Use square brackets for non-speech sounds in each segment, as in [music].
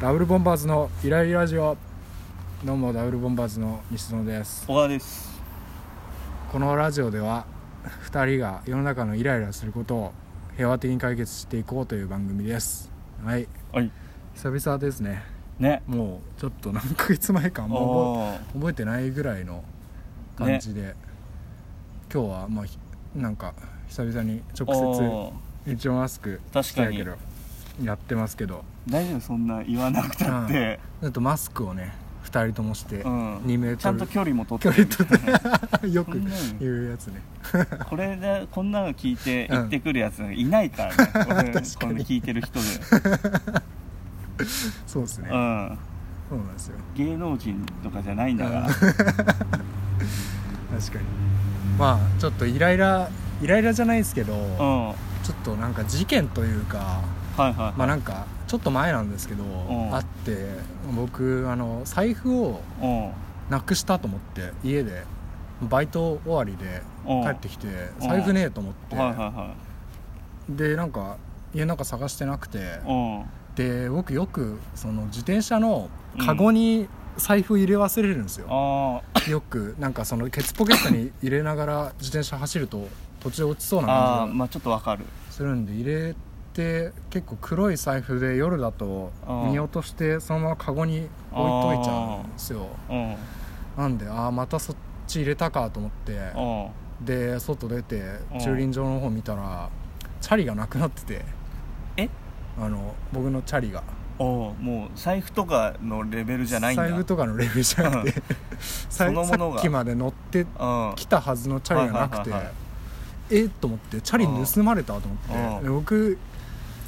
ダブルボンバーズのイライラジオどうもダブルボンバーズの西園です小川ですこのラジオでは2人が世の中のイライラすることを平和的に解決していこうという番組ですはいはい久々ですねねもうちょっと何ヶ月前かもおーう覚えてないぐらいの感じで、今日はまあひなんか久々に直おー接一応マスク確かにしてたけどやってますけど大丈夫そんな言わなくたって、あとマスクをね2人ともしてうん2メーちゃトんとル距離も取距って離るみ取たいなって [laughs] よこくんなん言うやつね [laughs] これでこんなの聞いてうん行ってくるやついないからね、俺 [laughs] こ確かにの聞いてる人で、そうですねうん、そうなんですよ芸能人とかじゃないんだから、確かにまあちょっとイライライライラじゃないですけどうちん、はいょっとなんか事件というかはい、まあなんかちょっと前なんですけどんあって僕あの財布をうんなくしたと思って家でバイト終わりでうん帰ってきて財布ねえと思っはいはいてはでなんか家の中探してなくていうんで僕よくその自転車のカゴに財布入れ忘れるんですよ、あよくなんかそのケツポケットに入れながら自転車走ると途中落ちそうーなあ感ーじがまあちょっとわかるするんで入れて結構黒い財布で夜だとあー見落としてそのままカゴに置いといちゃうんですようんうんなんでああまたそっち入れたかと思ってで外出てうん駐輪場の方見たらチャリがなくなっててえあの僕のチャリがおうもう財布とかのレベルじゃないんだ財布とかのレベルじゃなくて [laughs] さそのものがさっきまで乗ってうんきたはずのチャリがなくてはいはいはいはいえっと思ってチャリ盗まれたと思っうんてで僕、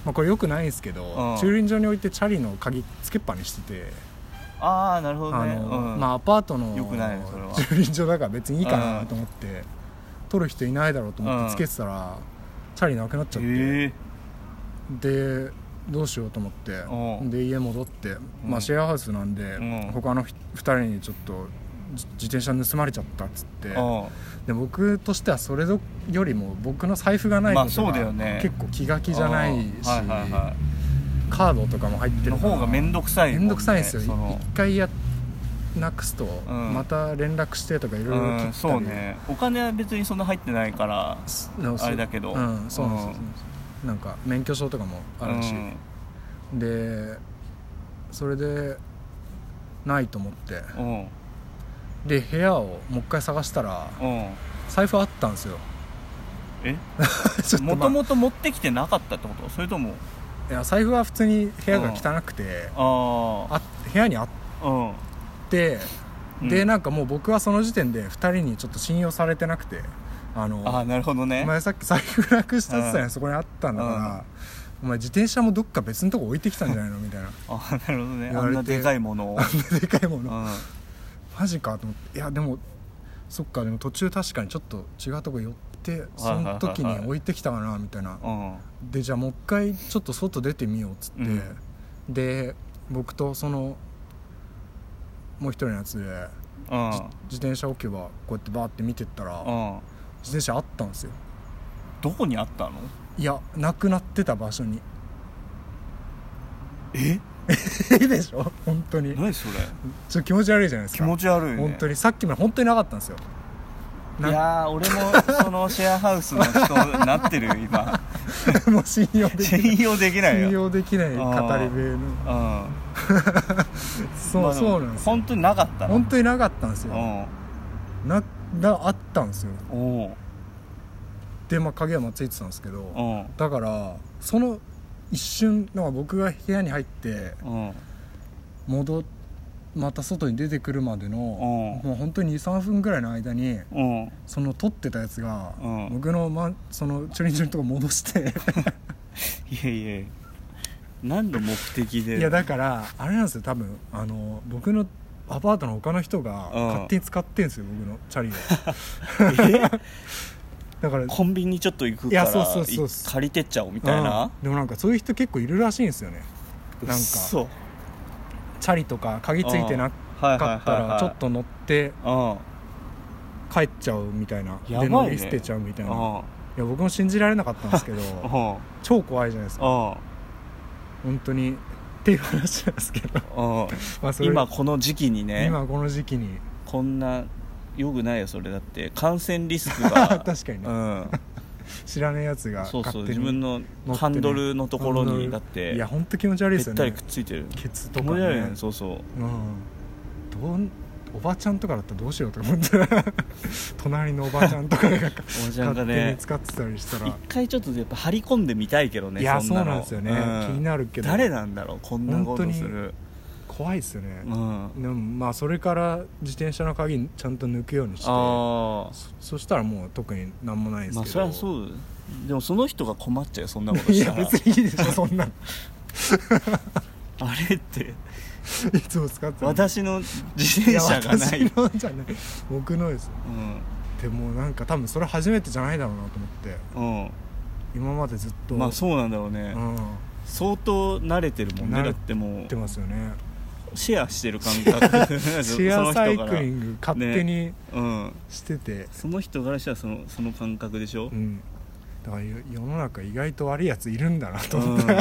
まあ、これよくないんですけうどん駐輪場に置いてチャリの鍵つけっぱにしててああなるほどあねの、うんまあ、アパートのよくないねそれは駐輪場だから別にいいかうなんと思って取る人いないだろうと思ってつけてたらチャリなくなっちゃって。えでどうしようと思ってうんで家戻って、うんまあ、シェアハウスなんで、うん他の2人にちょっとじ自転車盗まれちゃったっつってえー、で僕としてはそれどよりも僕の財布がないことまあそうだがよね結構気が気じゃないうんし、はいはいはカードとかも入ってい、るのから方が面倒くさいもめんどくさいんですよいその一回やなくすと、んまた連絡してとかいろいろ聞いたうんりそうねお金は別にそんな入ってないからすのあれだけどうん、そうなんですよ、うんなんか免許証とかもあるし、うんでそれでないと思ってうんで部屋をもう一回探したらうん財布あったんです [laughs] よえちょっと、もまあともと持ってきてなかったってことそれともいや財布は普通に部屋が汚くてああ部屋にあっあうんて、うんでなんかもう僕はその時点で2人にちょっと信用されてなくてあのああなるほどねお前さっき財布なくしたって言ったのうにんそこにあったんだから、お前自転車もどっか別のとこ置いてきたんじゃないのみ [laughs] たいなああなるほどね言あわれんてなでかいも [laughs] のを、あんなでかいもうのん、マジかと思っていやでもそっかでも途中確かにちょっと違うとこ寄ってその時に置いてきたかなみたいなうんでじゃあもう一回ちょっと外出てみようっつって、うんで僕とそのもう一人のやつでうん自転車置けばこうやってバーって見てったらうん自転車あったんですよどこにあったのいやなくなってた場所に [laughs] えいいでしょ本当にちょ何それっと気持ち悪いじゃないです気か持ち悪いね本当にさっきまで本当になかったんです [laughs] よいなやー俺もそのシェアハウスの人になっ [laughs] てるよ今もう信用できない信用できない信よ用できない語り部のうんまそう、あでもそうなんですよ本当になかったの本当になかったんですようななあったんですよんおうでまあ鍵はまあついてたんですけうどんだからその一瞬なんか僕が部屋に入ってうん戻っまた外に出てくるまでのもうう本当に23分ぐらいの間にうんその撮ってたやつがうん僕の,、ま、その駐輪場のとこ戻していやいや何の目的でいやだからあれなんですよ多分あの僕のアパートの他の人がうん勝手に使ってんですよ僕の [laughs] チャリをだからコンビニちょっと行くからいやそうそうそうそうい借りてっちゃおうみたいなうんでもなんかそういう人結構いるらしいんですよねなんかチそうャリとか鍵ついてなかかったらちょっと乗ってと帰っちゃうみたいなやばでいね乗り捨てちゃうみたいないや僕 [laughs] も信じられなかったんですけどうんうん超怖いじゃないですかうん本当にっていう話なんですけど、うんまあ、それ今この時期にね今この時期にこんなよくないよそれだって感染リス [laughs] ク確がかにうね、ん、知らないやつが [laughs] そう勝手そうに自分乗のってねハンドルのところにだっいやて本当気持ち悪いでべっすよたりねくっついてるケツとか友達やねねそうそううんどんおばちゃんとかだったら [laughs] どうしようとか思って隣のおばちゃんとかがおばちゃんが勝手にね使ってたりしたら、一回ちょっとやっぱ張り込んでみたいけどねいやそそんうなのなんですよね、うん気になるけど誰なんだろうこんなことする怖いですよねう、んでもまあそれから自転車の鍵ちゃんと抜くようにしてそああそしたらもう特になんもないですまあけそど、りゃそうでもその人が困っちゃうよそんなこといしたやら別にいいでしょそんなのあれっていつも使ってたの私の自転車がないいや私のじゃない僕のですでもなんか多分それ初めてじゃないだろうなと思ってうん、うん今までずっとまあそうなんだろうね、うん相当慣れてるもんね慣だれっても言ってますよねうシェアしてる感 [laughs] 覚 [laughs] シェアサイクリグング勝手にうんしてて、その人からしたらそのその感覚でしょう、んだからよ世の中意外と悪いやついるんだなとう思っんて、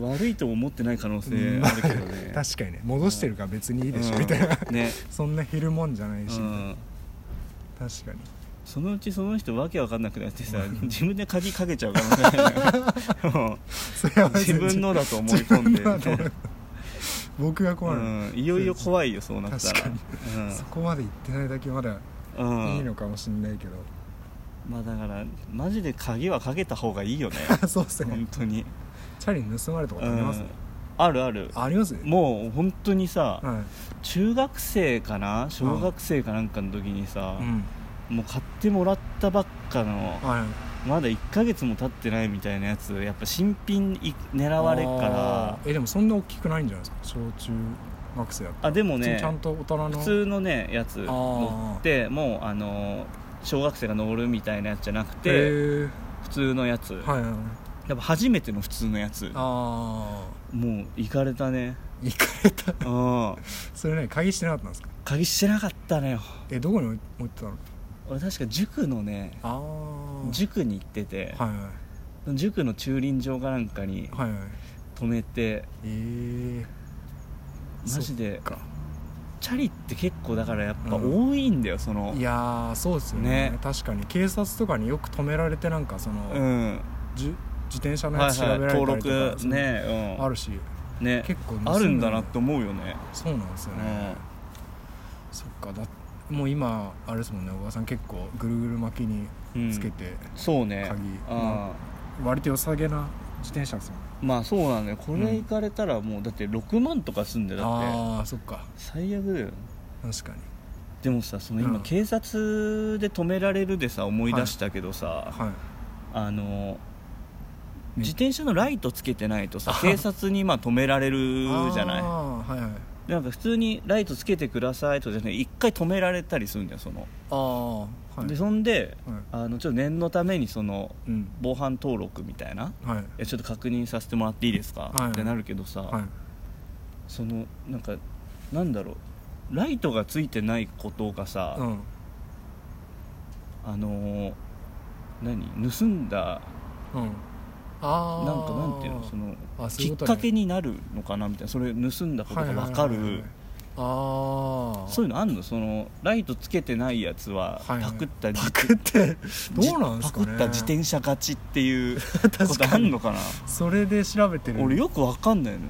悪いと思ってない可能性あるけどね確かにね戻してるから別にいいでしょ、うんみたいなね、そんな減るもんじゃないうし、ん、確かにそのうちその人わけわかんなくなってさ自分で鍵かけちゃうかもしれない [laughs] ようんそれは自分のだと思い込んで自分のだと思い込んで僕が困る、うん、いよいよ怖いよそうなったら確かにそこまで行ってないだけまだうん、うんいいのかもしれないけど、まあだからマジで鍵はかけた方がいいよね [laughs] そうっすね本当にチャリ盗まれたことあります、うんあるあるありますねもう本当にさ、はい、中学生かな小学生かなんかの時にさう、んもう買ってもらったばっかのはい、まだ1ヶ月も経ってないみたいなやつやっぱ新品い狙われっからあーえでもそんな大きくないんじゃないですか小中学生だったらあでも普ね通にちゃんと大人の普通のねやつ乗ってもうあの小学生が乗るみたいなやつじゃなくへてー普通のやつ、はいはいはいやっぱ初めての普通のやつあもう行かれたねあ行かれた [laughs] うんそれね鍵してなかったんですか鍵してなかったのよえどこに置い置いてたの俺確か塾のねああ塾に行ってて、はいはい塾の駐輪場かなんかにはいはい止めてえー、マジでそっかチャリって結構だからやっぱうん多いんだよ、そのいやーそうですよねね確かに警察とかによく止められてなんかその、うんじゅ自転車のはやいつ調べらはいれたりとか、登録ねあるしうんね結構盗むあるんだなって思うよねそうなんですようね、んそっかだもう今あれですもんねおばさん結構ぐるぐる巻きにうんつけて、そうね鍵あ割と良さげな自転車ですもんねあまあそうなんだよこれ行かれたらもうだって6万とかすんだよだってああーそっか最悪だよ確かにでもさその今、うん警察で止められるでさ思い出したけどさ、はいあの自転車のライトつけてない [laughs] とさ警察にまあ止められるじゃないあーはいはいなんか普通にライトつけてくださいとかじゃなくて一回止められたりするんだよその、ああはいでそんではいあのちょっと念のためにそのうん防犯登録みたいなはいいやちょっと確認させてもらっていいですか、はいってなるけどさ、はいそのなんかなんだろうライトがついてないことがさ、うんあのー何盗んだうんああなんかなんていうのそのあそういきうっことかけになるのかなみたいなそれ盗んだことが分かはいはいはいるはいああそういうのあんのそのライトつけてないやつははいはいパクったパクってどうなんですかねパクった自転車勝ちっていうかにことあんのかなそれで調べてる俺よく分かんないのよ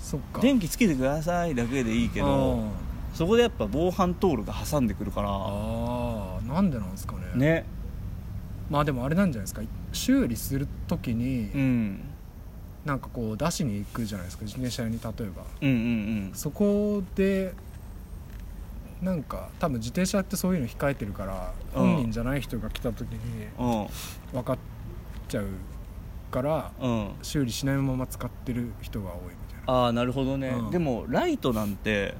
そっか電気つけてくださいだけでいいけどあーそこでやっぱ防犯トールが挟んでくるからあーなんでなんですかねねまあでもあれなんじゃないですか修理する時に、うんなんかこう出しに行くじゃないですか自転車に例えばうんうんそこでなんか多分自転車ってそういうの控えてるから、うん本人じゃない人が来た時にうん分かっちゃうからうんうん修理しないまま使ってる人が多いみたいな、ああなるほどね、うんでもライトなんて、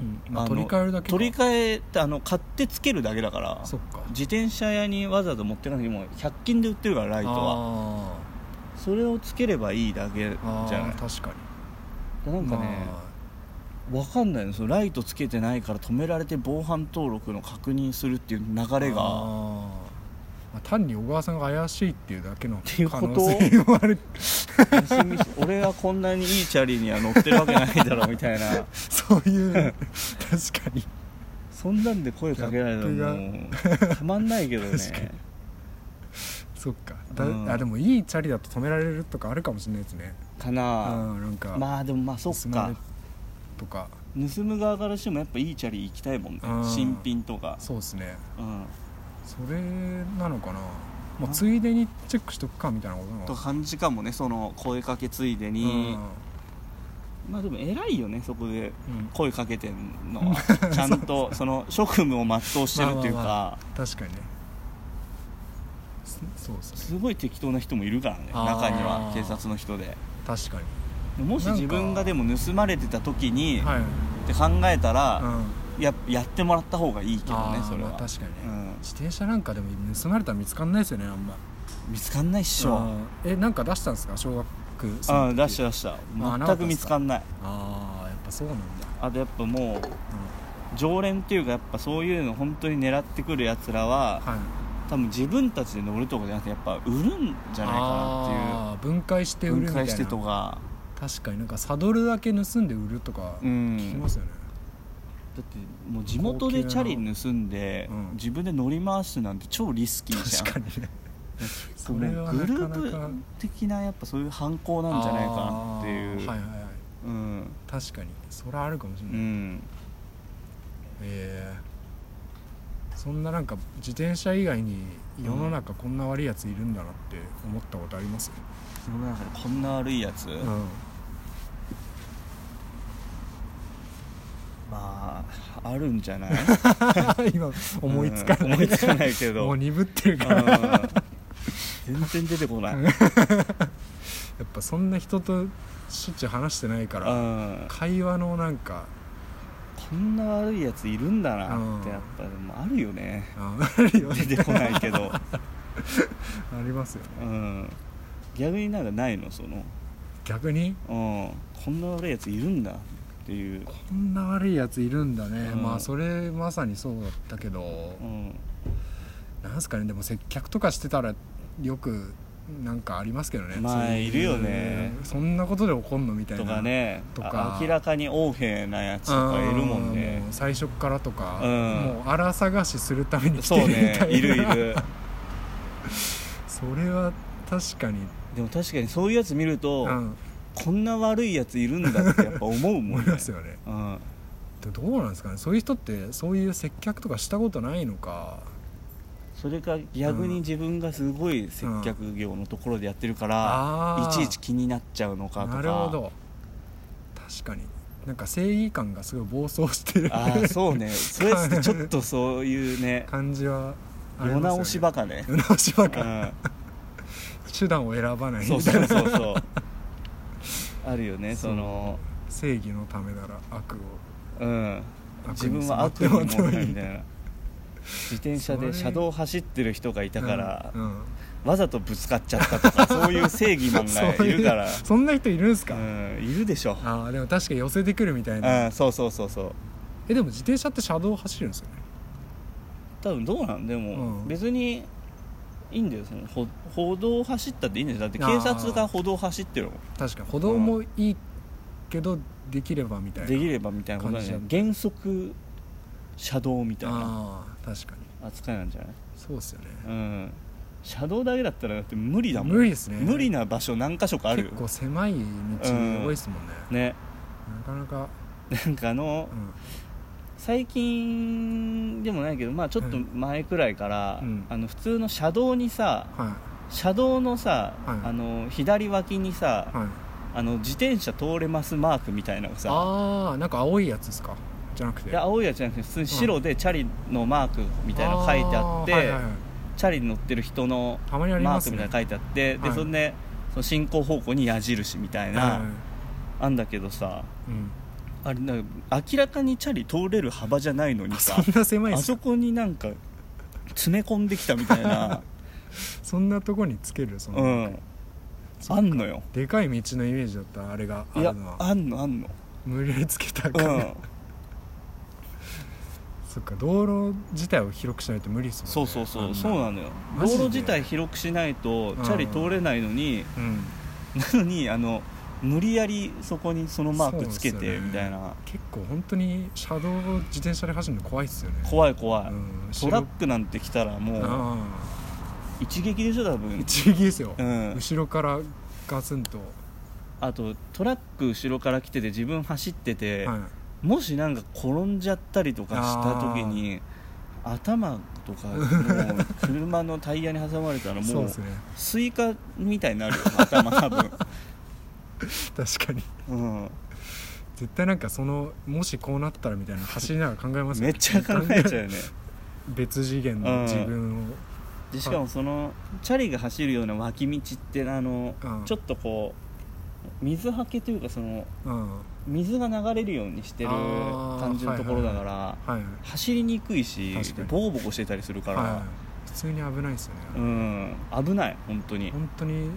うんまああの取り替えるだけか取り替えってあの買ってつけるだけだからそっか自転車屋にわざわざ持ってかなくても100均で売ってるからライトはあそれをつければいいだけじーあーゃない確かなんにかね、まわかんないのそのライトつけてないから止められて防犯登録の確認するっていう流あれがあまあ、単に小川さんが怪しいっていうだけのていうこ可と能性もある [laughs] 西見市 [laughs] 俺はこんなにいいチャリには乗ってるわけないだろみたいなそういう確かに [laughs] そんなんで声かけられたらギャもうたまんないけど確かにねそっかだ、うんあでもいいチャリだと止められるとかあるかもしれないですねかうなんなんか、まあでもまあそ盗っまかれとか盗む側からしてもやっぱいいチャリ行きたいもんねうん新品とかそうですねうんそれなのかな、まああ、ついでにチェックしとくかみたいなことなのとか感じかもねその声かけついでうにんまあでも偉いよねそこうでん声かけて [laughs] んのはちゃんとその職務を全うしてるっていうまあまか確かにねそそうですねすごい適当な人もいるからねあー中には警察の人で確かにもしなんか自分がでも盗まれてた時にはい、うん、って考えたらややってもらった方がいいけどあねーそれまあは確かにね、うん自転車なんかでも盗まれたら見つかんないですよねあんま見つかんないっしょうんえなんか出したんですか小学生の時うん出した出したあなかったっす全くか見つかんないああやっぱそうなんだ、あとやっぱもう常連っていうかやっぱそういうの本当に狙ってくるやつらははい多分自分たちで乗るとかじゃなくてやっぱ売るんじゃないかあー分解してなってい売るうみ分たいな解してとか確かになんかサドルだけ盗んで売るとかう聞んきますよね、だってもう地元でチャリ盗んで、うん自分で乗り回すなんて超リスキーじゃん確かにねそもれうはグなルかなかープ的なやっぱそういう犯行なんじゃないかなっていう、あーはいはいはいうん確かにそれはあるかもしれうない、んえーそんななんか自転車以外に世の中こんな悪いやついるんだなって思ったことあります、世の中でこんな悪いやつ、うんまああるんじゃない [laughs] [laughs] 今思いつかうんない、思いつかないけどもう鈍ってるから、うやっん全然出てこない、うん、ぱそんな人としょっちゅう話してないから、会話のなんかこんな悪いやついるんだなってうんやっぱでもあるよねああるよね出てこないけ [laughs] ど、ありますよねうん、逆になんかないのその、逆にうん、こんな悪いやついるんだっていう、こんな悪いやついるんだね、うんまあそれまさにそうだったけど、うん、なんすかねでも接客とかしてたらよくなんかありますけどねまあそうういるよねそんなことで怒んのみたいなとかねとかあ明らかに横柄なやつとかいるもんねうう最初っからとか、うんもう荒探しするために来そうてるみねたいな、いるいる [laughs] それは確かに、でも確かにそういうやつ見ると、うん、こんな悪いやついるんだってやっぱ思う思もんいねますよねうん、でもどうなんですかねそういう人ってそういう接客とかしたことないのかそれか逆に自分がすごい接客業のところでやってるから、あいーちいち気になっちゃうのかとかなるほど確かになんか正義感がすごい暴走してるああそうねそれってちょっとそういうね感じはありま世すよね直しバカね世直しばうかん手段を選ばないそうみたいそな [laughs] うそうそうあるよねその正義のためなら悪をうん悪自分に染はまっ悪てにももらってもいいないみたいな自転車で車道走ってる人がいたから、うんうんわざとぶつかっちゃったとかそういう正義マンそうがいるからいう [laughs] そんな人いるんすか、うん、いるでしょああでも確かに寄せてくるみたいな、うんそうそうそうそうえでも自転車って車道を走るんですよね多分どうなんでも、うん別にいいんだよその歩歩道を走ったっていいんだよだって警察が歩道を走ってるもん確かに歩道もいいけどできればみたいなできればみたいなことなんじゃない感原則車道みたいなああ確かに扱いなんじゃないそうっすよね、うん車道だけだったらだって無理だもん無理ですね無理な場所何箇所かあるよ結構狭い道多いっすもんね、ねなかなか、なんかあのうん、最近でもないけどまあちょっと前くらいから、うんあの普通の車道にさは車道のさ、はいあの左脇にさ、いはいあの自転車通れますマークみたいなのがさああなんか青いやつですかじゃなくてで青いやつじゃなくて普通に白でチャリのマークみたいなの書いてあってーはいはいはいチャリに乗ってる人のたまにありマまークすみねたいなの書いてあって、はいでそんでその進行方向に矢印みたいな、はいあんだけどさうん、あれなんか明らかにチャリ通れる幅じゃないのにあさそんな狭いあっすそこになんか詰め込んできたみたい [laughs] なそんなとこにつけるその、うんあんのよでかい道のイメージだったあれがあいやるのはあんのあんの [laughs] 無理やりつけたうから、んそっか道路自体を広くしないと無理ですもんねそうそうそあんうなそうなのよマ道ジで路自体広くしないとチャリ通れないのに、 [laughs] うんなのにあの無理やりそこにそのマークつけそうっすてよねみたいな、結構本当に車道を自転車で走るの怖いっすよね怖い怖い、うんトラックなんて来たらもうあ一撃でしょ多あ分一撃ですよ、うん後ろからガツンと、あとトラック後ろから来てて自分走ってて、はい、もしなんか転んじゃったりとかした時に頭とかもう車のタイヤに挟まれたら [laughs] そもうでうすねスイカみたいになるよ頭多 [laughs] 分、確かにうん、絶対なんかそのもしこうなったらみたいなの走りながら考えますよ [laughs] めっちゃ考えちゃう [laughs] よね別次元の自分を、でしかもそのチャリが走るような脇道ってあの、うんちょっとこう水はけというかそのうん水が流れるようにしてるあー感じのところだから、はい走りにくいし確かにボコボコしてたりするから、はい、普通に危ないですよね、うん危ない本当に本当に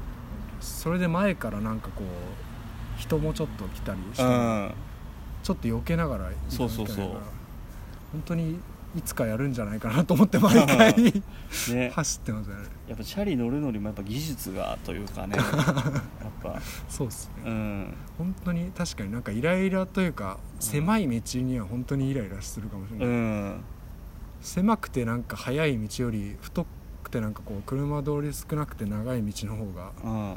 それで前からなんかこう人もちょっと来たりして、うんちょっと避けながら行くみたいなそうそうそう本当にいつかやるんじゃないかなと思って毎回 [laughs] ね走ってますよねやっぱチャリ乗るのにもやっぱ技術がという [laughs] かねやっぱそうですね、うん本当に確かになんかイライラというか狭い道には本当にイライラするかもしれなうい、ん狭くてなんか速い道より太くてなんかこう車通り少なくて長い道の方がうん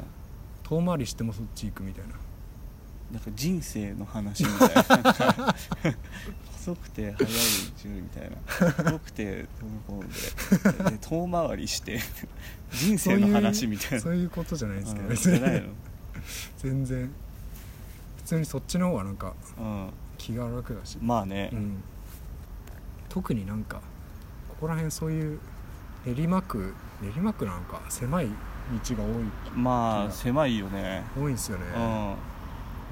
遠回りしてもそっち行くみたいななんか人生の話みたいななんか細くて速い宙みたいな太くて飛び込んでで遠回りして人生の話みたいなそういうことじゃないですけどうん別じゃないにの全然普通にそっちの方がなんかうん気が楽だし、まあねうん、特になんかここら辺そういう練馬区練馬区なんか狭い道がまあ狭いよね多い多いんですよねうん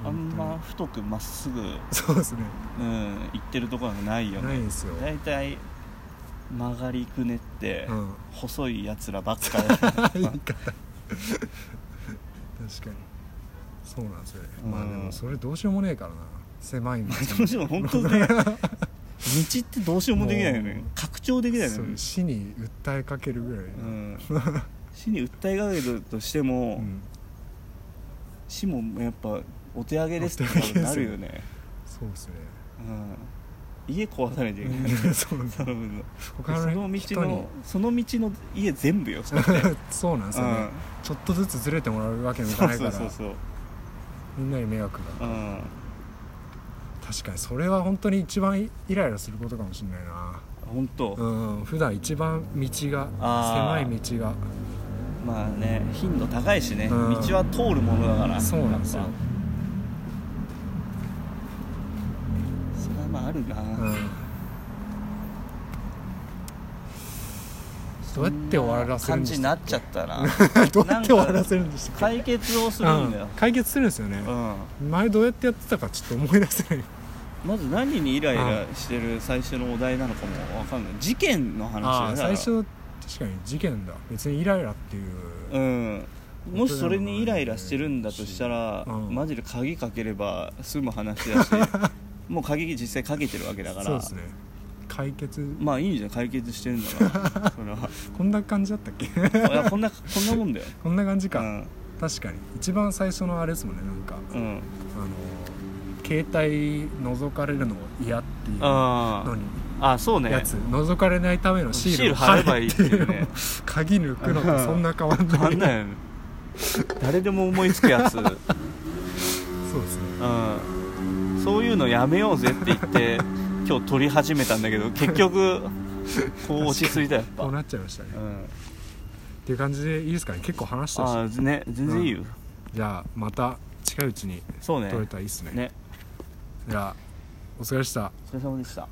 あんま本太くまっすぐうん当にそうですね行ってるところがないよないんねですよ、大体曲がりくねってうん細いやつらばっかだから言い方確かにそうなんですよね、まあうんでもそれどうしようもねえからな狭い道 [laughs] どうしよう [laughs] も本当ね道ってどうしようもできないよねもう拡張できないよそうね死に訴えかけるぐらい、うん死に訴えかけるとしても、うん死もやっぱお手上げですってお手上げですよなるよね、そうですねうん、家壊さないといけないよ [laughs] ねそうですその分の他そのの人道にのその道の家全部よそれ [laughs] そうなんですよね、うんちょっとずつずれてもらうわけにもいかそうないかそらうそうそうみんなに迷惑がうん確かにそれは本当に一番イイライラすることかもしれないな本当、うん普段一番道があー狭い道がまあね頻度高いしね、うん道は通るものだからそうなんですよやっぱそれはまああるな、うんどうやって終わらせるん感でじしにたなっっちゃったなけどうやって終わらせるんでしたっ解決をすけるんだようん、解決するんですよねう、ん前どうやってやってたかちょっと思い出せないまず何にイライラしてる最初のお題なのかもわかんない事件のあ話あだよ最だか初確かに事件だ別にイライラっていう、らうんもしそれにイライラしてるんだとしたら、うんマジで鍵かければ済む [laughs] 話だしもう鍵実際かけてるわけだからそうですね解決まあいいんじゃん解決してるんだか [laughs] らそれはこんな感じだったっけ [laughs] いやこんなこんなもんだよこんな感じうか、ん確かに一番最初のあれですもんねなんか、うあんの携帯覗かれるの嫌っていうのあーにあそうねやつ、覗かれないためのシシールールを貼れば貼いれいっってていいううねね鍵抜くのとそんな変わんないあんなよ誰でも思いつく [laughs] やつ、うん、そうですねそういうのやめようぜって言って今日撮り始めたんだけど結局こう落ち着いたやっぱ、こう、うんなっちゃいましたね、っていう感じでいいですかね結構話したしああね全然いいよ、じゃあまた近いうちにそうね撮れたらいいっすねねじゃあお疲れでしたお疲れ様でした